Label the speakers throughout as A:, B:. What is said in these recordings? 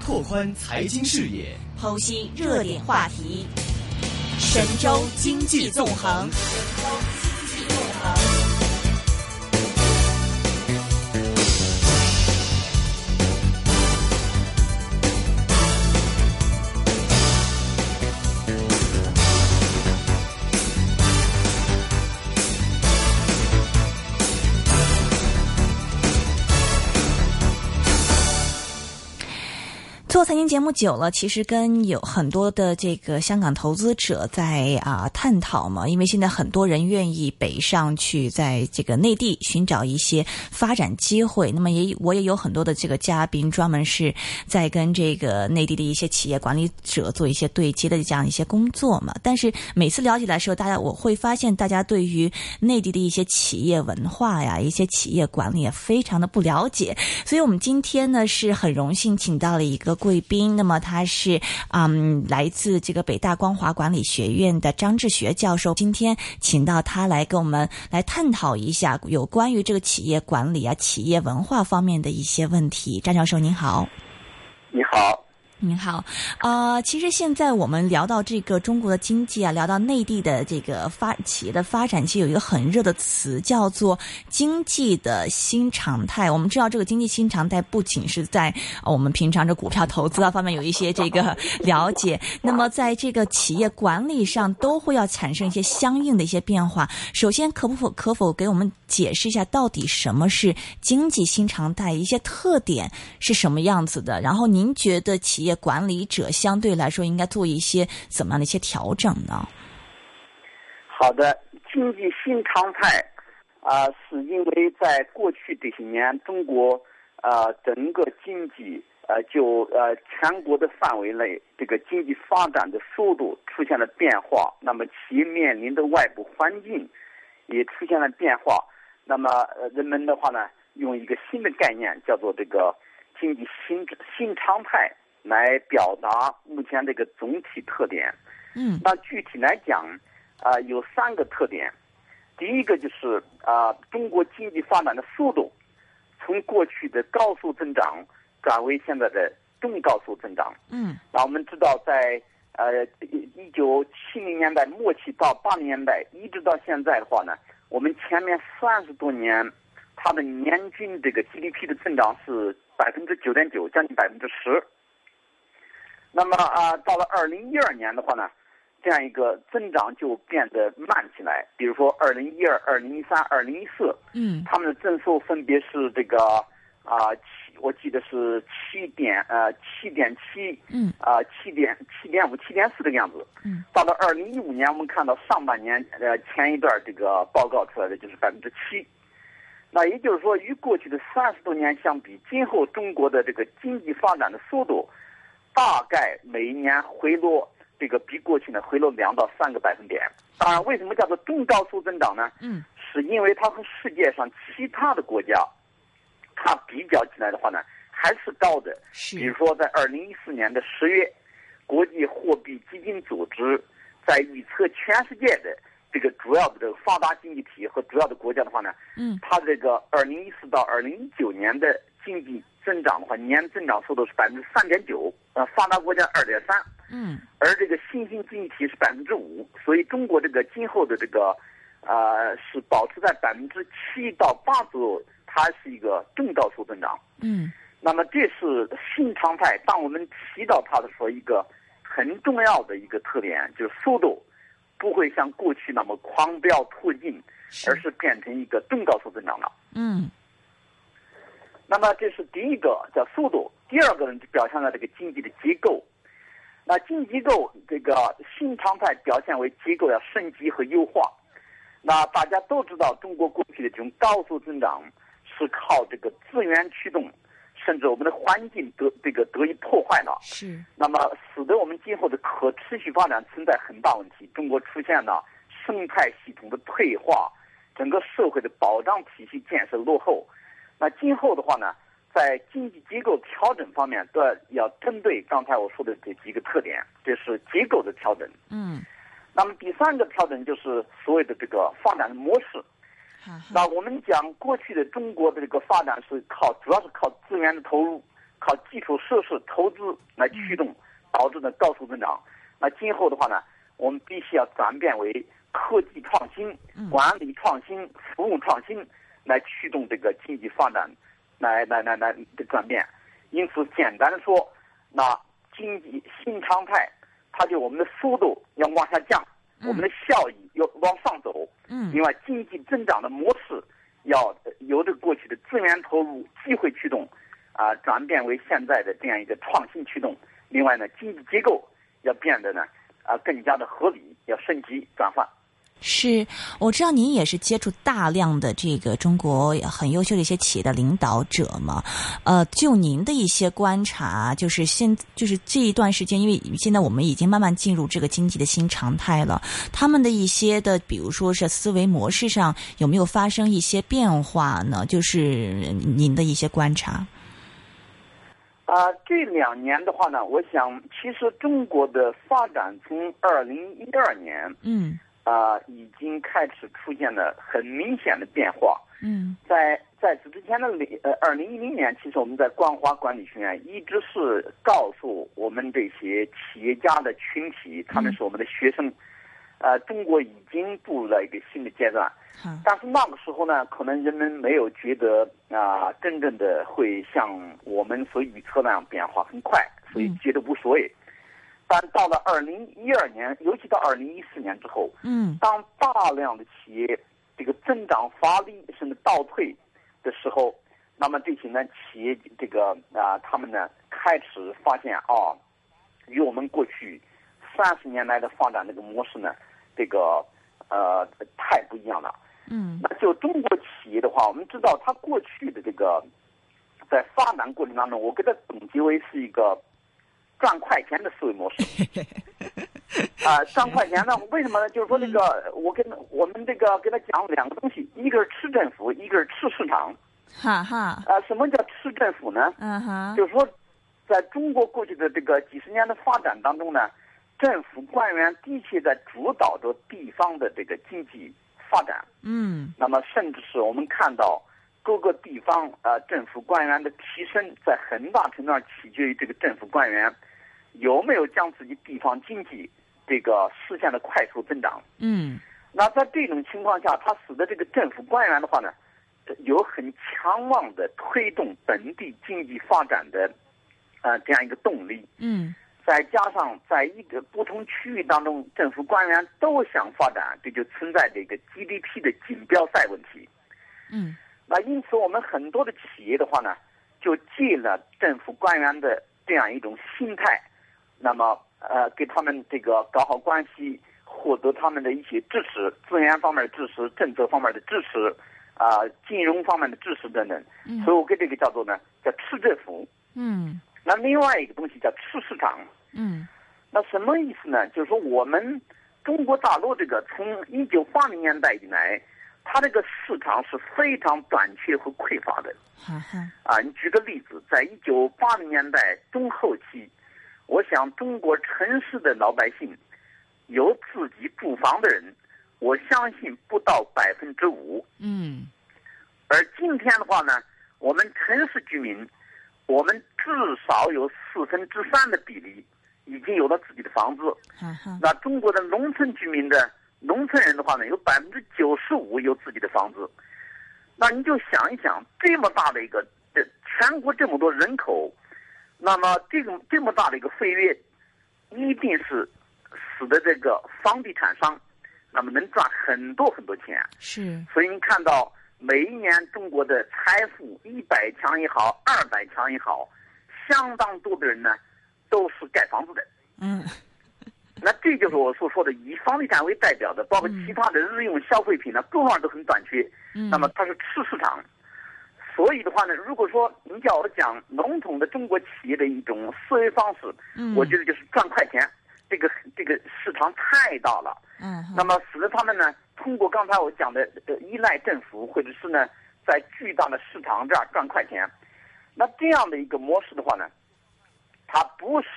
A: 拓宽财经视野，
B: 剖析热点话题，神州经济纵横。做财经节目久了，其实跟有很多的这个香港投资者在啊探讨嘛，因为现在很多人愿意北上去，在这个内地寻找一些发展机会。那么也我也有很多的这个嘉宾，专门是在跟这个内地的一些企业管理者做一些对接的这样一些工作嘛。但是每次聊起来的时候，大家我会发现，大家对于内地的一些企业文化呀、一些企业管理也非常的不了解。所以我们今天呢是很荣幸请到了一个。贵宾，那么他是嗯，来自这个北大光华管理学院的张志学教授。今天请到他来跟我们来探讨一下有关于这个企业管理啊、企业文化方面的一些问题。张教授您好，
C: 你好。
B: 您好，呃，其实现在我们聊到这个中国的经济啊，聊到内地的这个发企业的发展，其实有一个很热的词叫做“经济的新常态”。我们知道，这个经济新常态不仅是在、呃、我们平常这股票投资啊方面有一些这个了解，那么在这个企业管理上都会要产生一些相应的一些变化。首先，可不可否给我们解释一下，到底什么是经济新常态？一些特点是什么样子的？然后，您觉得企业管理者相对来说应该做一些怎么样的一些调整呢？
C: 好的，经济新常态啊、呃，是因为在过去这些年，中国呃整个经济呃就呃全国的范围内，这个经济发展的速度出现了变化，那么其面临的外部环境也出现了变化，那么呃人们的话呢，用一个新的概念叫做这个经济新新常态。来表达目前这个总体特点。
B: 嗯，
C: 那具体来讲，啊、呃，有三个特点。第一个就是啊、呃，中国经济发展的速度从过去的高速增长转为现在的中高速增长。
B: 嗯，
C: 那我们知道在，在呃一九七零年代末期到八零年代一直到现在的话呢，我们前面三十多年，它的年均这个 GDP 的增长是百分之九点九，将近百分之十。那么啊，到了二零一二年的话呢，这样一个增长就变得慢起来。比如说二零一二、二零一三、二零一四，
B: 嗯，
C: 他们的增速分别是这个啊七、呃，我记得是七点呃七点七，
B: 嗯，
C: 啊七点七点五、七点四这个样子。
B: 嗯，
C: 到了二零一五年，我们看到上半年呃前一段这个报告出来的就是百分之七。那也就是说，与过去的三十多年相比，今后中国的这个经济发展的速度。大概每一年回落，这个比过去呢回落两到三个百分点。当然，为什么叫做中高速增长呢？
B: 嗯，
C: 是因为它和世界上其他的国家，它比较起来的话呢，还是高的。
B: 是，
C: 比如说在二零一四年的十月，国际货币基金组织在预测全世界的这个主要的这个发达经济体和主要的国家的话呢，
B: 嗯，
C: 它这个二零一四到二零一九年的经济。增长的话，年增长速度是百分之三点九，呃，发达国家二点三，
B: 嗯，
C: 而这个新兴经济体是百分之五，所以中国这个今后的这个，呃，是保持在百分之七到八左右，它是一个正高速增长，
B: 嗯，
C: 那么这是新常态。当我们提到它的时候，一个很重要的一个特点就是速度不会像过去那么狂飙突进，而是变成一个正高速增长了，
B: 嗯。
C: 那么这是第一个叫速度，第二个呢就表现了这个经济的结构。那经济结构这个新常态表现为结构要升级和优化。那大家都知道，中国过去的这种高速增长是靠这个资源驱动，甚至我们的环境得这个得以破坏了。
B: 是。
C: 那么使得我们今后的可持续发展存在很大问题，中国出现了生态系统的退化，整个社会的保障体系建设落后。那今后的话呢，在经济结构调整方面，都要针对刚才我说的这几个特点，这是结构的调整。
B: 嗯。
C: 那么第三个调整就是所谓的这个发展的模式。
B: 哈哈
C: 那我们讲过去的中国的这个发展是靠，主要是靠资源的投入，靠基础设施投资来驱动，导致呢高速增长。那今后的话呢，我们必须要转变为科技创新、管理创新、服务创新来驱动这个经济发展，来来来来的转变。因此，简单的说，那经济新常态，它就我们的速度要往下降，我们的效益要往上走。
B: 嗯
C: 另外，经济增长的模式要呃由这个过去的资源投入、机会驱动，啊、转变为现在的这样一个创新驱动。另外呢，经济结构要变得呢，啊、更加的合理，要升级转换。
B: 是，我知道您也是接触大量的这个中国很优秀的一些企业的领导者嘛，呃，就您的一些观察，就是现就是这一段时间，因为现在我们已经慢慢进入这个经济的新常态了，他们的一些的，比如说是思维模式上有没有发生一些变化呢？就是您的一些观察，
C: 啊、这两年的话呢，我想其实中国的发展从二零一二年
B: 嗯
C: 啊、已经开始出现了很明显的变化。
B: 嗯
C: 在在此之前的零呃二零一零年，其实我们在光华管理学院一直是告诉我们这些企业家的群体，他们是我们的学生，呃，中国已经步入了一个新的阶段。
B: 嗯好，
C: 但是那个时候呢，可能人们没有觉得啊、真正的会像我们所预测那样变化很快，所以
B: 嗯
C: 觉得无所谓。但到了二零一二年，尤其到二零一四年之后，
B: 嗯
C: 当大量的企业这个增长乏力甚至倒退的时候，那么这些呢企业这个啊、他们呢开始发现啊，与我们过去三十年来的发展这个模式呢，这个呃太不一样了。
B: 嗯
C: 那就中国企业的话，我们知道它过去的这个在发展过程当中，我给它总结为是一个赚快钱的思维模式。啊、赚快钱呢？为什么呢？就是说这个，我跟我们这个跟他讲两个东西，一个是吃政府，一个是吃市场。
B: 哈哈，
C: 啊、什么叫吃政府呢？
B: 嗯哈，
C: 就是说，在中国过去的这个几十年的发展当中呢，政府官员的确在主导着地方的这个经济发展。
B: 嗯
C: 那么甚至是我们看到各个地方呃政府官员的提升，在很大程度上取决于这个政府官员有没有将自己地方经济这个实现了快速增长。
B: 嗯
C: 那在这种情况下，它使得这个政府官员的话呢，呃有很强旺的推动本地经济发展的呃这样一个动力。
B: 嗯
C: 再加上在一个不同区域当中，政府官员都想发展，这就存在这个 GDP 的锦标赛问题。
B: 嗯
C: 那因此，我们很多的企业的话呢，就借了政府官员的这样一种心态，那么呃，给他们这个搞好关系，获得他们的一些支持，资源方面的支持、政策方面的支持，啊、金融方面的支持等等。
B: 嗯
C: 所以我给这个叫做呢，叫吃政府。
B: 嗯
C: 那另外一个东西叫吃市场。
B: 嗯
C: 那什么意思呢？就是说我们中国大陆这个从一九八零年代以来，它这个市场是非常短缺和匮乏的。
B: 哈哈，
C: 啊，你举个例子，在一九八零年代中后期，我想中国城市的老百姓有自己住房的人，我相信不到百分之五。
B: 嗯。
C: 而今天的话呢，我们城市居民，我们至少有四分之三的比例已经有了自己的房子。
B: 哈哈，
C: 那中国的农村居民的农村人的话呢，有百分之九十五有自己的房子。那你就想一想，这么大的一个，这全国这么多人口，那么这种这么大的一个飞跃，一定是使得这个房地产商，那么能赚很多很多钱。
B: 是，
C: 所以你看到每一年中国的财富一百强也好，二百强也好，相当多的人呢，都是盖房子的。
B: 嗯
C: 那这就是我所说的以房地产为代表的，包括其他的日用消费品呢，各方面都很短缺。
B: 嗯，
C: 那么它是次市场，所以的话呢，如果说你叫我讲笼统的中国企业的一种思维方式，
B: 嗯
C: 我觉得就是赚快钱，这个这个市场太大了。
B: 嗯
C: 那么使得他们呢，通过刚才我讲的呃依赖政府，或者是呢在巨大的市场这儿赚快钱，那这样的一个模式的话呢，它不是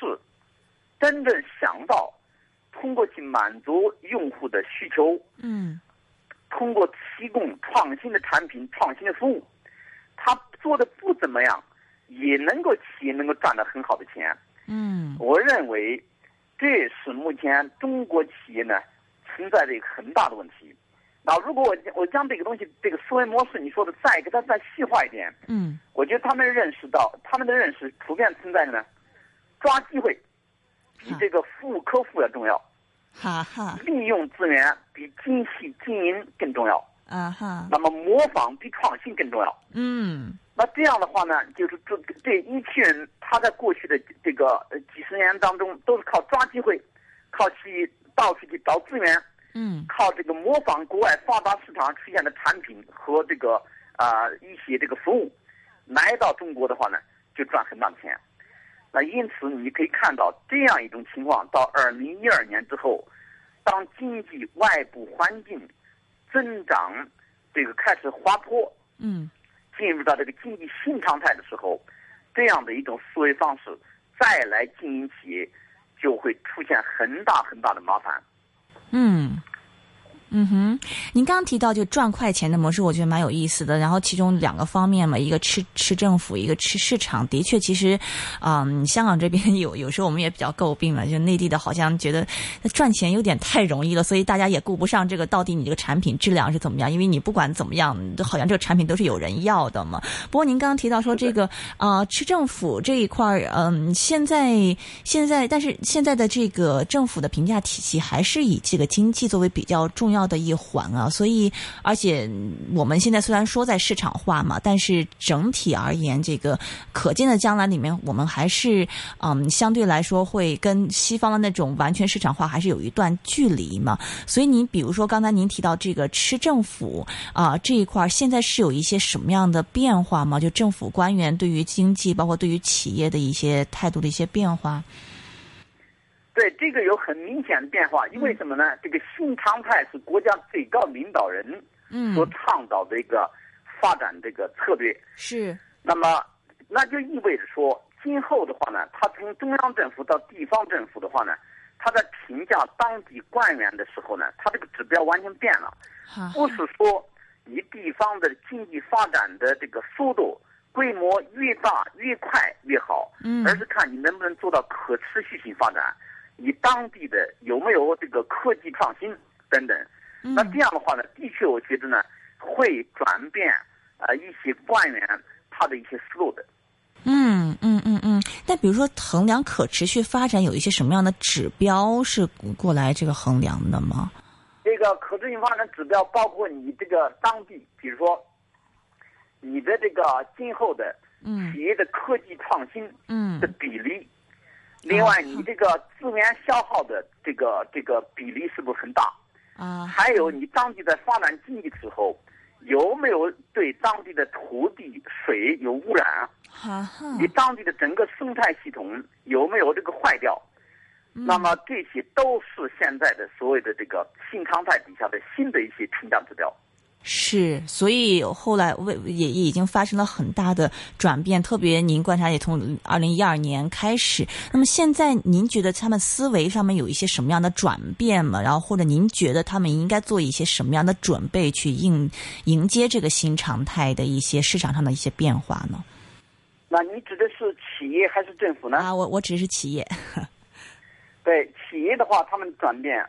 C: 真正想到通过去满足用户的需求，
B: 嗯
C: 通过提供创新的产品、创新的服务，它做的不怎么样，也能够企业能够赚到很好的钱。
B: 嗯
C: 我认为，这是目前中国企业呢存在的一个很大的问题。那如果我我将这个东西这个思维模式，你说的再给它再细化一点，
B: 嗯
C: 我觉得他们认识到，他们的认识普遍存在着呢，抓机会比
B: 好
C: 这个复科复要重要，
B: 哈哈
C: 利用资源比精细经营更重要，
B: 啊哈
C: 那么模仿比创新更重要。
B: 嗯
C: 那这样的话呢，就是这这一汽人他在过去的这个呃几十年当中，都是靠抓机会，靠去到处去找资源，
B: 嗯
C: 靠这个模仿国外发达市场出现的产品和这个啊、呃一些这个服务，来到中国的话呢，就赚很大的钱。那因此你可以看到这样一种情况，到二零一二年之后，当经济外部环境增长这个开始滑坡，
B: 嗯
C: 进入到这个经济新常态的时候，这样的一种思维方式再来经营企业，就会出现很大很大的麻烦。
B: 嗯。嗯哼，您刚刚提到就赚快钱的模式，我觉得蛮有意思的。然后其中两个方面嘛，一个吃吃政府，一个吃市场。的确，其实，嗯，香港这边有有时候我们也比较诟病了，就内地的好像觉得赚钱有点太容易了，所以大家也顾不上这个到底你这个产品质量是怎么样，因为你不管怎么样，好像这个产品都是有人要的嘛。不过您刚刚提到说这个啊、呃吃政府这一块儿，嗯，现在现在，但是现在的这个政府的评价体系还是以这个经济作为比较重要的一环啊，所以而且嗯我们现在虽然说在市场化嘛，但是整体而言，这个可见的将来里面，我们还是嗯相对来说会跟西方的那种完全市场化还是有一段距离嘛。所以您比如说刚才您提到这个吃政府啊、这一块儿，现在是有一些什么样的变化吗？就政府官员对于经济，包括对于企业的一些态度的一些变化。
C: 对这个有很明显的变化，因为什么呢？这个新常态是国家最高领导人
B: 嗯
C: 所倡导的一个发展这个策略。
B: 是，
C: 那么，那就意味着说，今后的话呢，他从中央政府到地方政府的话呢，他在评价当地官员的时候呢，他这个指标完全变了。
B: 哈，
C: 不是说你地方的经济发展的这个速度、规模越大越快越好，
B: 嗯
C: 而是看你能不能做到可持续性发展，你当地的有没有这个科技创新等等。
B: 嗯
C: 那这样的话呢，的确我觉得呢，会转变啊、呃一些官员他的一些思路的。
B: 嗯嗯嗯嗯。但比如说衡量可持续发展有一些什么样的指标是过来这个衡量的吗？
C: 这个可持续发展指标包括你这个当地，比如说你的这个今后的
B: 嗯
C: 企业的科技创新，
B: 嗯
C: 的比例。另外，你这个资源消耗的这个这个比例是不是很大？
B: 啊
C: 还有，你当地在发展经济的时候，有没有对当地的土地、水有污染？啊
B: 哈哈
C: 你当地的整个生态系统有没有这个坏掉？那么这些都是现在的所谓的这个新常态底下的新的一些评价指标。
B: 是，所以后来为也也已经发生了很大的转变，特别您观察也从二零一二年开始，那么现在您觉得他们思维上面有一些什么样的转变吗？然后或者您觉得他们应该做一些什么样的准备去应迎接这个新常态的一些市场上的一些变化呢？
C: 那你指的是企业还是政府呢？
B: 啊，我我只是企业，
C: 对企业的话，他们转变，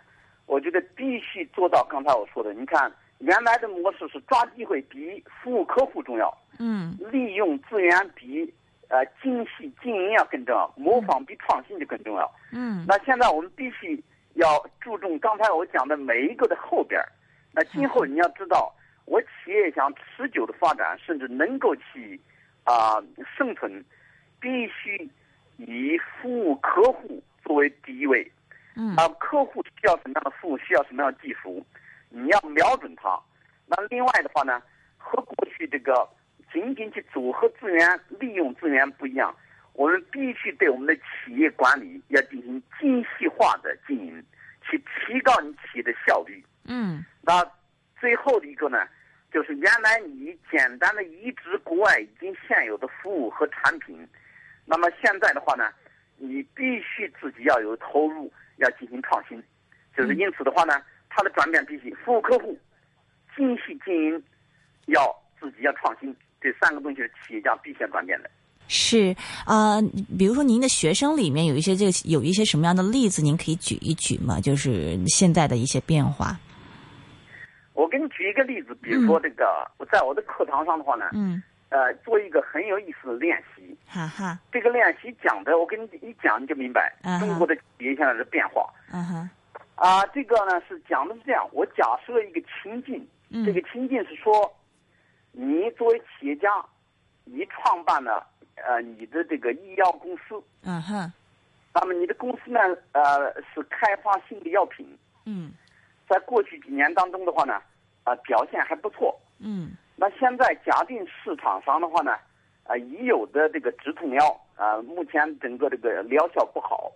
C: 我觉得必须做到刚才我说的。你看，原来的模式是抓机会比服务客户重要，
B: 嗯
C: 利用资源比呃精细经营要更重要，模仿比创新就更重要。
B: 嗯
C: 那现在我们必须要注重刚才我讲的每一个的后边儿。那今后你要知道，我企业想持久的发展，甚至能够去啊、生存，必须以服务客户作为第一位。
B: 嗯
C: 啊，客户需要什么样的服务，需要什么样的技术，你要瞄准它。那另外的话呢，和过去这个仅仅去组合资源、利用资源不一样，我们必须对我们的企业管理要进行精细化的经营，去提高你企业的效率。
B: 嗯
C: 那最后的一个呢，就是原来你简单的移植国外已经现有的服务和产品，那么现在的话呢，你必须自己要有投入，要进行创新，就是因此的话呢，它的转变必须服务客户、精细经营，要自己要创新，这三个东西是企业家必须要转变的。
B: 是呃，比如说您的学生里面有一些这个有一些什么样的例子，您可以举一举吗？就是现在的一些变化。
C: 我给你举一个例子，比如说这个，在我的课堂上的话呢，
B: 嗯，
C: 呃，做一个很有意思的练习。
B: 哈哈，
C: 这个练习讲的，我跟你一讲你就明白
B: 嗯哼
C: 中国的企业现在的变化。
B: 嗯哼，
C: 啊，这个呢是讲的是这样，我假设一个情境，
B: 嗯
C: 这个情境是说，你作为企业家，你创办了呃你的这个医药公司，
B: 嗯哼，
C: 那么你的公司呢呃是开发新的药品，
B: 嗯
C: 在过去几年当中的话呢，啊、表现还不错。
B: 嗯
C: 那现在假定市场上的话呢，啊、已有的这个止痛药啊、目前整个这个疗效不好，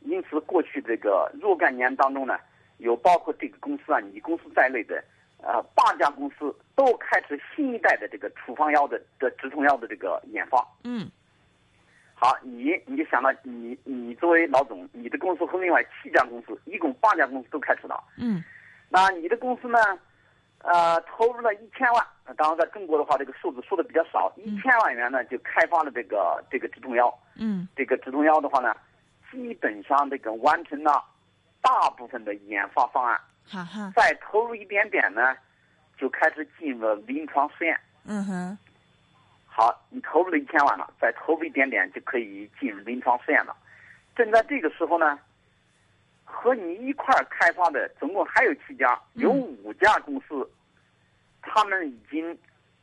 C: 因此过去这个若干年当中呢，有包括这个公司啊、你公司在内的，呃，八家公司都开始新一代的这个处方药的的止痛药的这个研发。
B: 嗯
C: 好，你你就想到你你作为老总，你的公司和另外七家公司，一共八家公司都开始了。
B: 嗯
C: 那你的公司呢，呃，投入了一千万，呃当然在中国的话，这个数字说的比较少，一千万元呢就开发了这个这个止痛药，
B: 嗯
C: 这个止痛药的话呢，基本上这个完成了大部分的研发方案，
B: 哈哈，
C: 再投入一点点呢，就开始进入了临床试验。
B: 嗯哼，
C: 好，你投入了一千万了，再投入一点点就可以进入临床试验了。正在这个时候呢，和你一块儿开发的总共还有七家，有五家公司，他们已经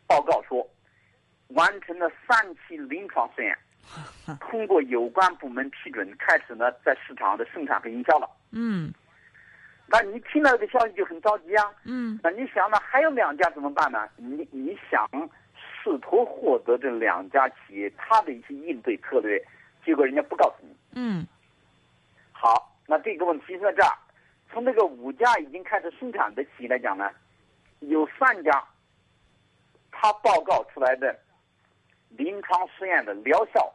C: 报告说完成了三期临床试验，通过有关部门批准，开始呢在市场的生产和营销了。
B: 嗯
C: 那你听到这个消息就很着急啊，
B: 嗯
C: 那你想呢？还有两家怎么办呢？你你想试图获得这两家企业它的一些应对策略，结果人家不告诉你。
B: 嗯
C: 好，那这个问题在这儿。从这个五家已经开始生产的企业来讲呢，有三家，它报告出来的临床试验的疗效，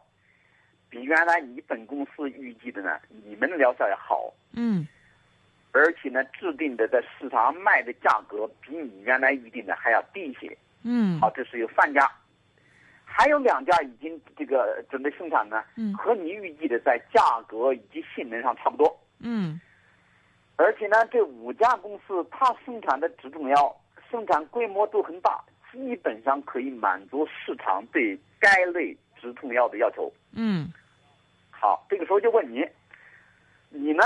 C: 比原来你本公司预计的呢，你们的疗效要好。
B: 嗯
C: 而且呢，制定的在市场上卖的价格比你原来预定的还要低一些。
B: 嗯
C: 啊好，这是有三家，还有两家已经这个准备生产呢，
B: 嗯
C: 和你预计的在价格以及性能上差不多。
B: 嗯
C: 而且呢，这五家公司它生产的止痛药生产规模都很大，基本上可以满足市场对该类止痛药的要求。
B: 嗯
C: 好，这个时候就问你，你呢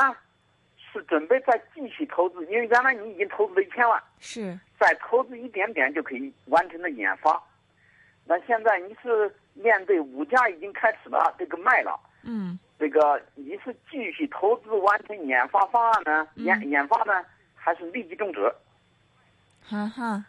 C: 是准备再继续投资？因为原来你已经投资了一千万，
B: 是
C: 再投资一点点就可以完成的研发。那现在你是面对五家已经开始了这个卖了，
B: 嗯
C: 这个你是继续投资完成研发方案呢，研研发呢，还是立即终止？
B: 哈哈，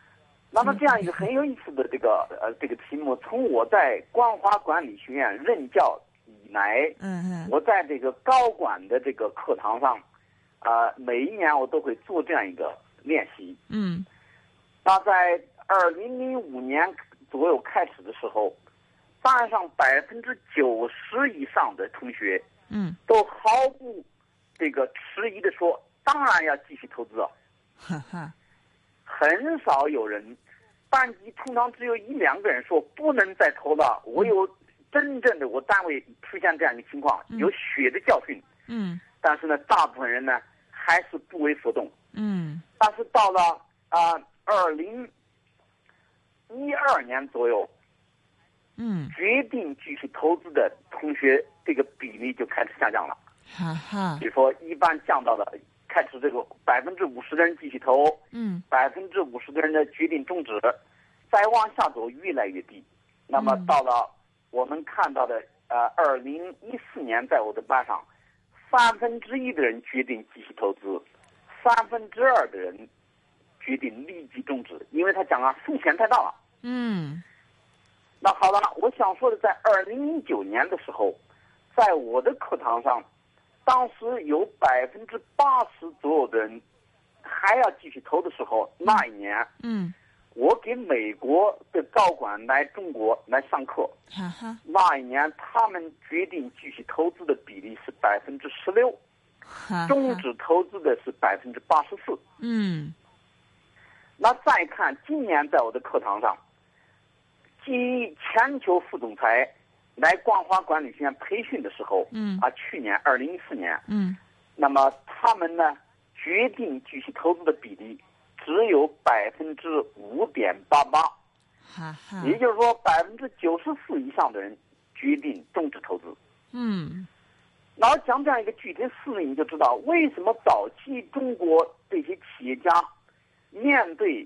C: 那么这样一个很有意思的这个呃这个题目，从我在光华管理学院任教以来，
B: 嗯哼
C: 我在这个高管的这个课堂上，啊、每一年我都会做这样一个练习。
B: 嗯
C: 那在二零零五年左右开始的时候，班上百分之九十以上的同学
B: 嗯
C: 都毫不这个迟疑的说，当然要继续投资啊。
B: 哈哈，
C: 很少有人，班级通常只有一两个人说不能再投了。我有真正的我单位出现这样一个情况，
B: 嗯
C: 有血的教训。
B: 嗯
C: 但是呢，大部分人呢还是不为所动。
B: 嗯
C: 但是到了啊二零一二年左右，
B: 嗯
C: 决定继续投资的同学这个比例就开始下降了。
B: 哈哈
C: 比，如说，一般降到了开始这个百分之五十的人继续投，
B: 嗯
C: 百分之五十的人的决定终止，再往下走越来越低。那么
B: 嗯
C: 到了我们看到的呃二零一四年，在我的班上，三分之一的人决定继续投资，三分之二的人决定立即终止，因为他讲啊风险太大了。
B: 嗯
C: 那好了，我想说的，在二零一九年的时候，在我的课堂上，当时有百分之八十左右的人还要继续投的时候，那一年
B: 嗯
C: 我给美国的高管来中国来上课，
B: 哈哈，
C: 那一年他们决定继续投资的比例是百分之十六，
B: 啊哈哈
C: 终止投资的是百分之八十四。
B: 嗯
C: 那再看今年在我的课堂上，基于全球副总裁来光华管理学院培训的时候，
B: 嗯
C: 啊，去年二零一四年，
B: 嗯
C: 那么他们呢决定继续投资的比例只有百分之五点八八，
B: 哈哈，
C: 也就是说百分之九十四以上的人决定终止投资。
B: 嗯
C: 然后讲这样一个具体的事例，你就知道为什么早期中国这些企业家面对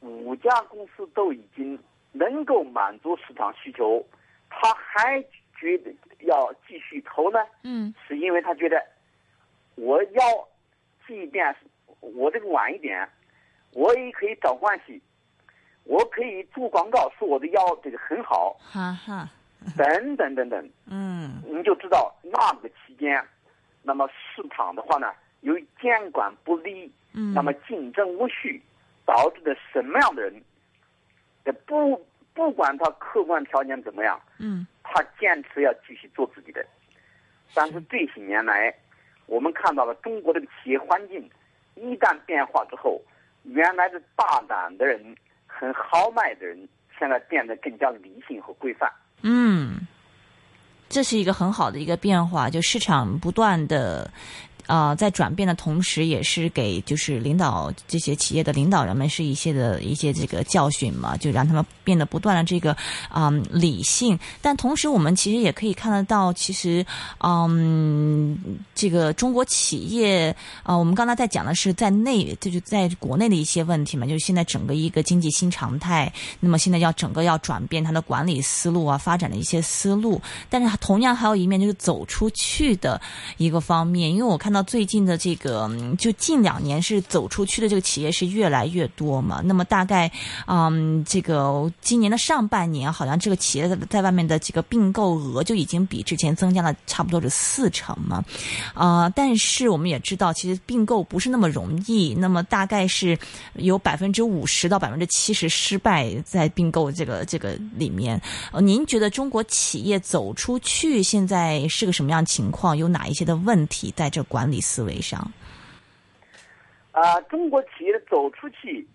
C: 五家公司都已经能够满足市场需求，他还觉得要继续投呢？
B: 嗯
C: 是因为他觉得我要，即便是我这个晚一点，我也可以找关系，我可以做广告，说我的腰这个很好，
B: 哈哈，
C: 等等等等。
B: 嗯
C: 你就知道那个期间，那么市场的话呢，由于监管不力，
B: 嗯，
C: 那么竞争无序，导致的什么样的人，呃不不管他客观条件怎么样，
B: 嗯
C: 他坚持要继续做自己的。但是这些年来，我们看到了中国这个企业环境一旦变化之后，原来的大胆的人、很豪迈的人，现在变得更加理性和规范。
B: 嗯，这是一个很好的一个变化，就市场不断的。啊、在转变的同时，也是给就是领导这些企业的领导人们是一些的一些这个教训嘛，就让他们变得不断的这个嗯理性。但同时，我们其实也可以看得到，其实嗯，这个中国企业啊、呃我们刚才在讲的是在内，就是在国内的一些问题嘛，就是现在整个一个经济新常态，那么现在要整个要转变它的管理思路啊，发展的一些思路。但是同样还有一面就是走出去的一个方面，因为我看到最近的这个，嗯就近两年是走出去的这个企业是越来越多嘛。那么大概，嗯，这个今年的上半年，好像这个企业在在外面的这个并购额就已经比之前增加了差不多是四成嘛。啊，但是我们也知道，其实并购不是那么容易。那么大概是有百分之五十到百分之七十失败在并购这个这个里面。呃，您觉得中国企业走出去现在是个什么样情况？有哪一些的问题在这管理思维上？
C: 啊、中国企业走出去，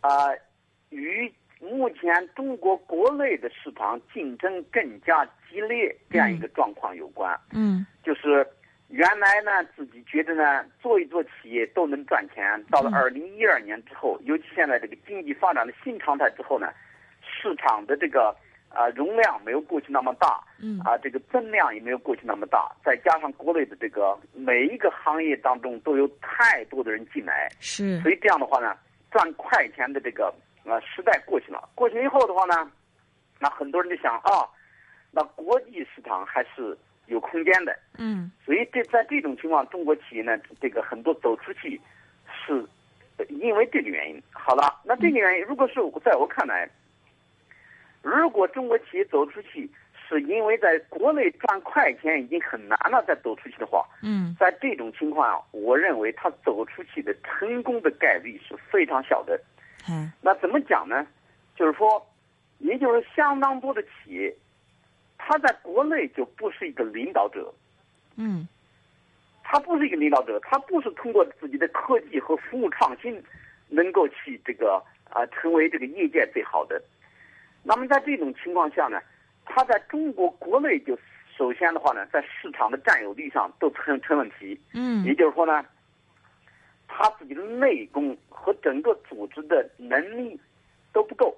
C: 啊、与目前中国国内的市场竞争更加激烈这样一个状况有关。
B: 嗯
C: 就是原来呢，自己觉得呢，做一做企业都能赚钱，到了二零一二年之后，尤其现在这个经济发展的新常态之后呢，市场的这个啊、呃容量没有过去那么大，
B: 嗯
C: 啊，这个增量也没有过去那么大，再加上国内的这个每一个行业当中都有太多的人进来。
B: 是
C: 所以这样的话呢，赚快钱的这个呃时代过去了。过去以后的话呢，那很多人就想啊，那国际市场还是有空间的。
B: 嗯
C: 所以这在这种情况，中国企业呢，这个很多走出去是呃因为这个原因。好了，那这个原因，如果是我在我看来，如果中国企业走出去是因为在国内赚快钱已经很难了，再走出去的话，
B: 嗯
C: 在这种情况下，我认为他走出去的成功的概率是非常小的。
B: 哎
C: 那怎么讲呢？就是说，也就是相当多的企业，他在国内就不是一个领导者，
B: 嗯
C: 他不是一个领导者，他不是通过自己的科技和服务创新，能够去这个啊、成为这个业界最好的。那么在这种情况下呢，他在中国国内就首先的话呢，在市场的占有率上都成成问题。也
B: 嗯
C: 就是说呢，他自己的内功和整个组织的能力都不够。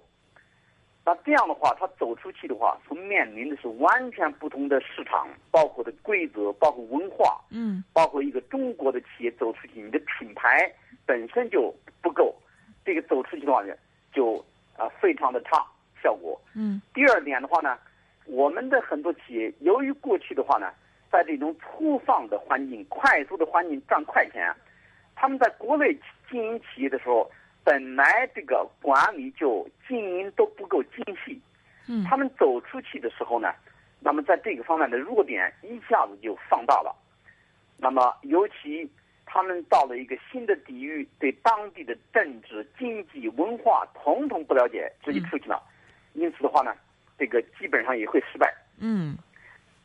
C: 那这样的话，他走出去的话，所面临的是完全不同的市场，包括的规则，包括文化，
B: 嗯
C: 包括一个中国的企业走出去，你的品牌本身就不够，这个走出去的话呢，就啊、非常的差效果。
B: 嗯
C: 第二点的话呢，我们的很多企业由于过去的话呢，在这种粗放的环境、快速的环境赚快钱，啊他们在国内经营企业的时候，本来这个管理就经营都不够精细，
B: 嗯
C: 他们走出去的时候呢，那么在这个方面的弱点一下子就放大了。那么，尤其他们到了一个新的地域，对当地的政治、经济、文化统统不了解，直接出去了，因此的话呢，这个基本上也会失败。
B: 嗯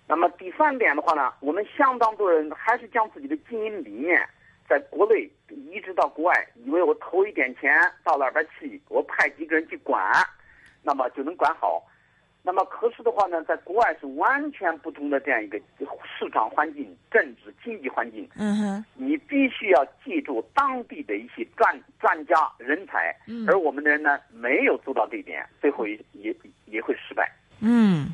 C: 那么第三点的话呢，我们相当多人还是将自己的经营理念在国内移植到国外，以为我投一点钱到那边去，我派几个人去管，那么就能管好。那么，可是的话呢，在国外是完全不同的这样一个市场环境、政治经济环境。
B: 嗯哼，
C: 你必须要借助当地的一些专专家人才，
B: 嗯
C: 而我们的人呢没有做到这一点，最后也也也会失败。
B: 嗯。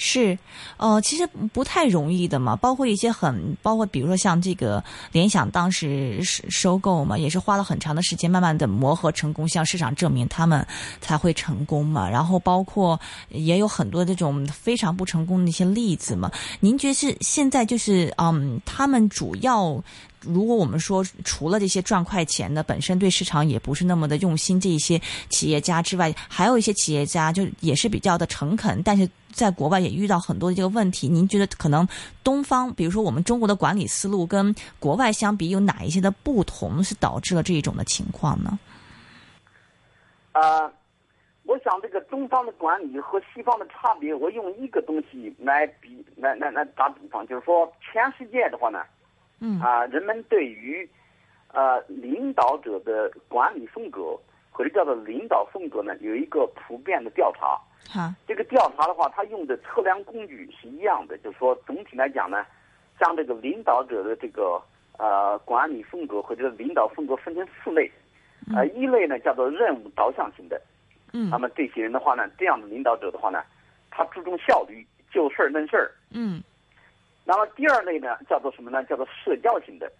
B: 是，呃，其实不太容易的嘛，包括一些很，包括比如说像这个联想当时收收购嘛，也是花了很长的时间，慢慢的磨合成功，向市场证明他们才会成功嘛。然后包括也有很多这种非常不成功的一些例子嘛。您觉得是现在就是嗯，他们主要如果我们说除了这些赚快钱的，本身对市场也不是那么的用心，这一些企业家之外，还有一些企业家就也是比较的诚恳，但是在国外也遇到很多的这个问题。您觉得可能东方，比如说我们中国的管理思路跟国外相比，有哪一些的不同，是导致了这一种的情况呢？
C: 呃，我想这个中方的管理和西方的差别，我用一个东西来比，来来来打比方，就是说全世界的话呢，
B: 嗯
C: 啊、人们对于呃领导者的管理风格或者叫做领导风格呢，有一个普遍的调查。
B: 哈，
C: 这个调查的话，它用的测量工具是一样的，就是说总体来讲呢，将这个领导者的这个呃管理风格或者领导风格分成四类，呃，一类呢叫做任务导向型的，
B: 嗯
C: 那么这些人的话呢，这样的领导者的话呢，他注重效率，就事儿论事儿。
B: 嗯
C: 那么第二类呢，叫做什么呢？叫做社交型的。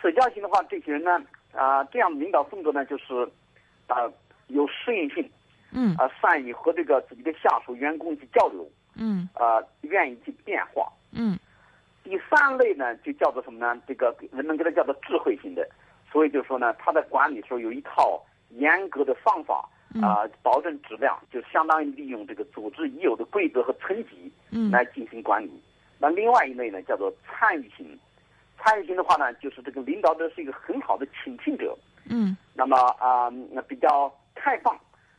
C: 社交型的话，这些人呢，啊、这样的领导风格呢，就是啊、有适应性，
B: 嗯
C: 啊、善于和这个自己的下属、员工去交流。
B: 嗯
C: 呃，愿意去变化。
B: 嗯
C: 第三类呢，就叫做什么呢？这个人们给它叫做智慧型的，所以就说呢，它在管理时候有一套严格的方法
B: 嗯
C: 啊、呃保证质量，就相当于利用这个组织已有的规则和层级
B: 嗯
C: 来进行管理。那另外一类呢，叫做参与型。参与型的话呢，就是这个领导者是一个很好的倾听者，
B: 嗯
C: 那么啊、呃那比较开放，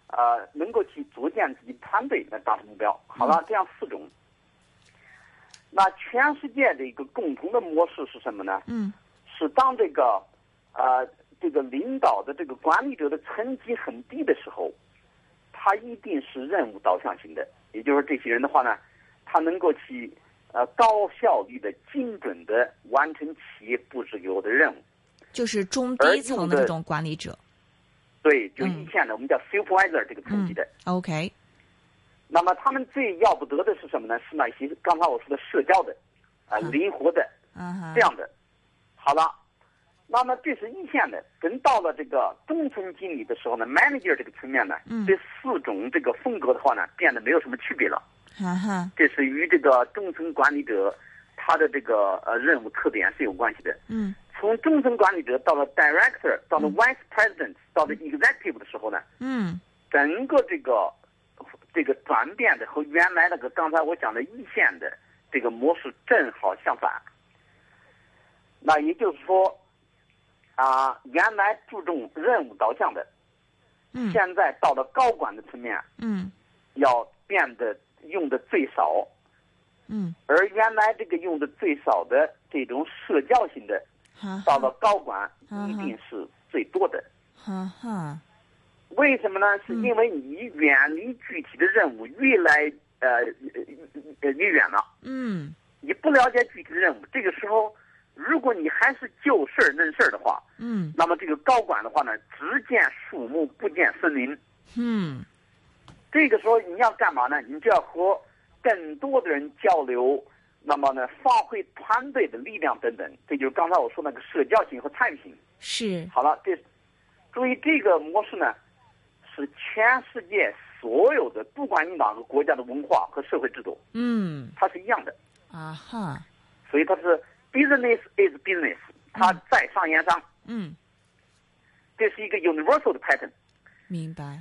C: 呃，能够去组建自己团队来达成目标。好了，这样四种。那全世界的一个共同的模式是什么呢？
B: 嗯
C: 是当这个，呃，这个领导的这个管理者的层级很低的时候，他一定是任务导向型的，也就是说，这些人的话呢，他能够去呃高效率的、精准的完成企业布置给我的任务。
B: 就是中低层的这种管理者。
C: 对，就
B: 嗯
C: 一线的，我们叫 supervisor 这个层级的。
B: OK，
C: 那么他们最要不得的是什么呢？是那些刚才我说的社交的，啊、
B: 嗯
C: 灵活的
B: 嗯哈
C: 这，样的。好了，那么这是一线的。等到了这个中层经理的时候呢，manager 这个层面呢，
B: 嗯
C: 这四种这个风格的话呢，变得没有什么区别了。
B: 哈啊哈，
C: 这是与这个中层管理者他的这个呃任务特点是有关系的。
B: 嗯
C: 从中层管理者到了 director，到了 vice president，到了 executive 的时候呢，
B: 嗯
C: 整个这个这个转变的和原来那个刚才我讲的一线的这个模式正好相反。那也就是说，啊、原来注重任务导向的，
B: 嗯
C: 现在到了高管的层面，
B: 嗯
C: 要变得用的最少，
B: 嗯，
C: 而原来这个用的最少的这种社交型的，
B: 哈
C: 到
B: 哈
C: 了高管
B: 嗯
C: 一定是最多的。
B: 哈哈，
C: 为什么呢？是因为你远离具体的任务越来呃呃呃越远了，
B: 嗯
C: 你不了解具体的任务，这个时候，如果你还是就事儿论事儿的话，
B: 嗯
C: 那么这个高管的话呢，只见树木不见森林。
B: 嗯
C: 这个时候你要干嘛呢？你就要和更多的人交流，那么呢，发挥团队的力量等等。这就是刚才我说那个社交型和参与型。
B: 是，
C: 好了，这注意这个模式呢，是全世界所有的，不管你哪个国家的文化和社会制度，
B: 嗯
C: 它是一样的，
B: 啊哈，
C: 所以它是 business is business，它在商言商，
B: 嗯，
C: 这是一个 universal 的 pattern。
B: 明白，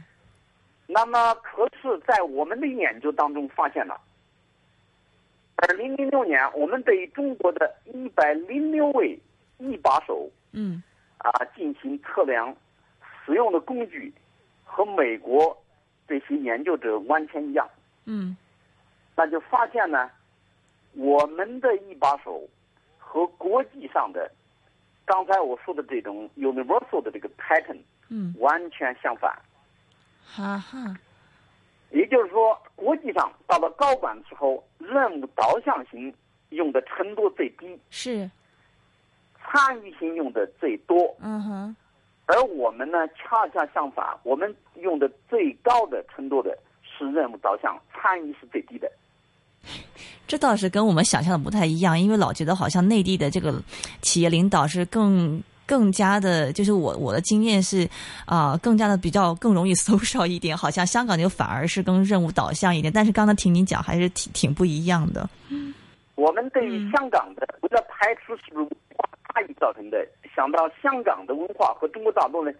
C: 那么，可是，在我们的研究当中发现了，二零零六年，我们对中国的一百零六位一把手
B: 嗯
C: 啊进行测量使用的工具和美国这些研究者完全一样，
B: 嗯
C: 那就发现呢，我们的一把手和国际上的刚才我说的这种 universal 的这个 pattern
B: 嗯，
C: 完全相反。
B: 哈哈，
C: 也就是说，国际上到了高管之后，任务导向型用的程度最低，
B: 是，
C: 参与型用的最多，
B: 嗯哼，
C: 而我们呢，恰恰相反，我们用的最高的程度的是任务导向，参与是最低的。
B: 这倒是跟我们想象的不太一样，因为老觉得好像内地的这个企业领导是更更加的，就是我我的经验是，啊、更加的比较更容易 social 一点，好像香港就反而是更任务导向一点。但是刚才听您讲，还是挺挺不一样的。
C: 我们对于香港的，为了排除是不是文化差异造成的，想到香港的文化和中国大陆呢，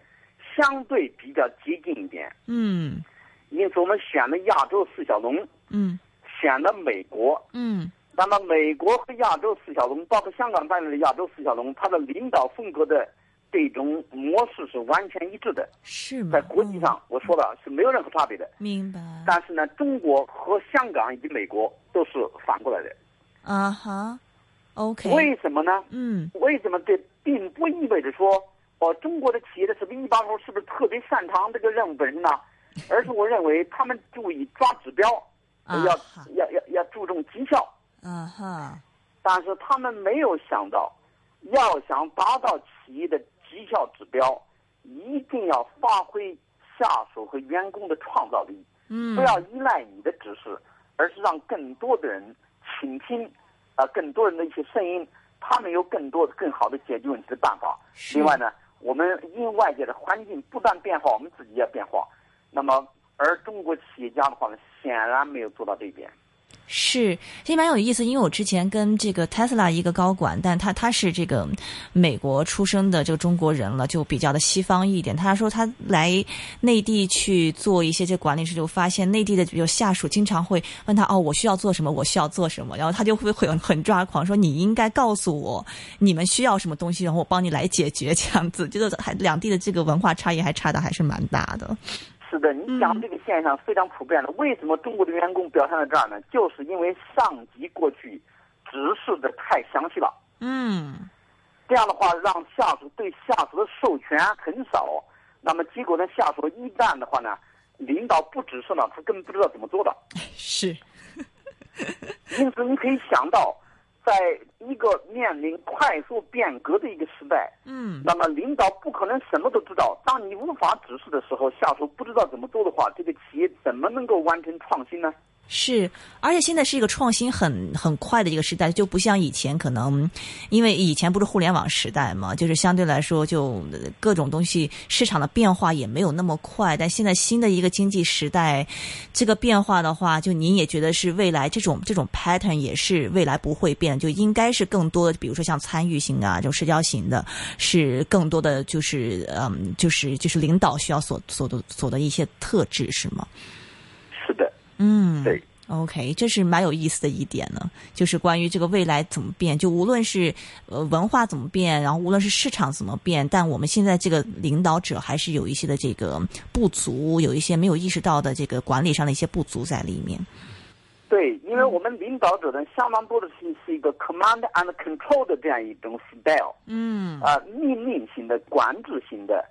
C: 相对比较接近一点，
B: 嗯
C: 因此我们选了亚洲四小龙，
B: 嗯
C: 选了美国。
B: 嗯
C: 那么美国和亚洲四小龙，包括香港在内的亚洲四小龙，它的领导风格的这种模式是完全一致的，
B: 是吗？
C: 在国际上我说了是没有任何差别的。
B: 嗯明白
C: 但是呢，中国和香港以及美国都是反过来的。
B: 啊哈，OK，
C: 为什么呢？
B: 嗯
C: 为什么这并不意味着说，哦，中国的企业的什么一把手是不是特别擅长这个任务本身呢？而是我认为他们注意抓指标，
B: 啊
C: 要
B: 哈
C: 要要要注重绩效，
B: 啊哈，
C: 但是他们没有想到，要想达到企业的绩效指标，一定要发挥下属和员工的创造力。
B: 嗯
C: 不要依赖你的指示，而是让更多的人倾听，啊、更多人的一些声音，他们有更多的更好的解决问题的办法。
B: 是
C: 另外呢，我们因外界的环境不断变化，我们自己也变化。那么，而中国企业家的话呢，显然没有做到这一点。
B: 是，其实蛮有意思，因为我之前跟这个 Tesla 一个高管，但他他是这个美国出生的这个中国人了，就比较的西方一点。他说他来内地去做一些这管理时，就发现内地的有下属经常会问他哦，我需要做什么，我需要做什么，然后他就会会很很抓狂，说你应该告诉我你们需要什么东西，然后我帮你来解决，这样子，就是还两地的这个文化差异还差的还是蛮大的。
C: 是的，你
B: 嗯
C: 讲这个现象非常普遍的。为什么中国的员工表现到这儿呢？就是因为上级过去指示的太详细了。
B: 嗯
C: 这样的话，让下属对下属的授权很少，那么结果呢，下属一旦的话呢，领导不指示呢，他根本不知道怎么做的。
B: 是，
C: 因此，你可以想到，在一个面临快速变革的一个时代，
B: 嗯
C: 那么领导不可能什么都知道。当你无法指示的时候，下属不知道怎么做的话，这个企业怎么能够完成创新呢？
B: 是，而且现在是一个创新很很快的一个时代，就不像以前可能，因为以前不是互联网时代嘛，就是相对来说就呃各种东西市场的变化也没有那么快。但现在新的一个经济时代，这个变化的话，就您也觉得是未来这种这种 pattern 也是未来不会变，就应该是更多的，比如说像参与型啊这种社交型的，是更多的就是嗯就是就是领导需要所所的所的一些特质是吗？
C: 是的，
B: 嗯，
C: 对。
B: OK，这是蛮有意思的一点呢，就是关于这个未来怎么变，就无论是呃文化怎么变，然后无论是市场怎么变，但我们现在这个领导者还是有一些的这个不足，有一些没有意识到的这个管理上的一些不足在里面。
C: 对，因
B: 嗯
C: 为我们领导者呢，相当多的是是一个 command and control 的这样一种 style。
B: 嗯，
C: 啊，命令型的、管制型的，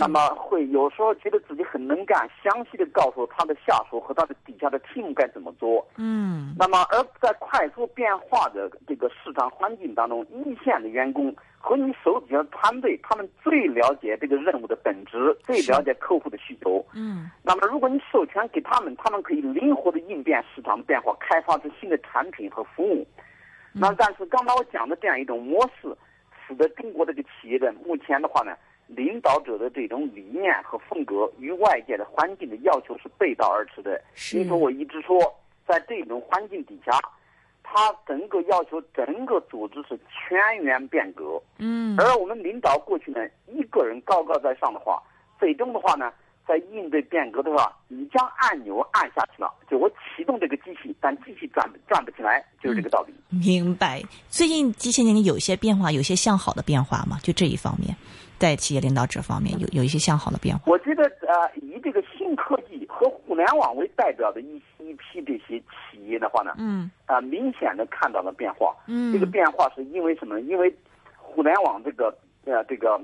C: 那么会有时候觉得自己很能干，详细的告诉他的下属和他的底下的 team 该怎么做。
B: 嗯
C: 那么而在快速变化的这个市场环境当中，一线的员工和你手底下的团队，他们最了解这个任务的本质，最了解客户的需求。
B: 嗯
C: 那么如果你授权给他们，他们可以灵活的应变市场的变化，开发出新的产品和服务。那但是刚才我讲的这样一种模式，使得中国的这个企业的目前的话呢，领导者的这种理念和风格与外界的环境的要求是背道而驰的。
B: 是
C: 因此我一直说，在这种环境底下，他整个要求整个组织是全员变革。
B: 嗯
C: 而我们领导过去呢，一个人高高在上的话，最终的话呢，在应对变革的话，你将按钮按下去了，就我启动这个机器，但机器转不转不起来，就是这个道理。
B: 明白。最近这些年里有一些变化，有一些向好的变化嘛，就这一方面，在企业领导者方面有有一些向好的变化。
C: 我觉得呃，以这个新科技和互联网为代表的一一批这些企业的话呢，
B: 嗯
C: 啊、明显的看到了变化。
B: 嗯
C: 这个变化是因为什么呢？因为互联网这个呃这个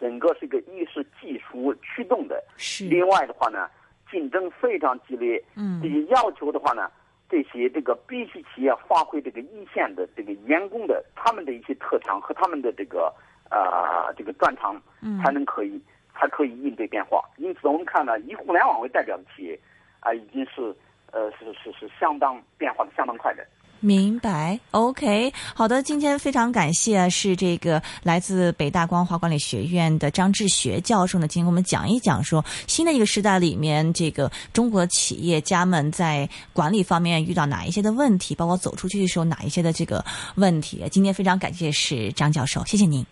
C: 整个是一个一是技术驱动的，
B: 是
C: 另外的话呢，竞争非常激烈，这
B: 嗯
C: 些要求的话呢，这些这个必须企业发挥这个一线的这个员工的他们的一些特长和他们的这个呃这个专长
B: 嗯，
C: 才能可以才可以应对变化。因此，我们看呢，以互联网为代表的企业啊、已经是呃是是是相当变化的相当快的。
B: 明白，OK，好的，今天非常感谢是这个来自北大光华管理学院的张志学教授呢，今天给我们讲一讲说新的一个时代里面，这个中国企业家们在管理方面遇到哪一些的问题，包括走出去的时候哪一些的这个问题。今天非常感谢是张教授，谢谢您，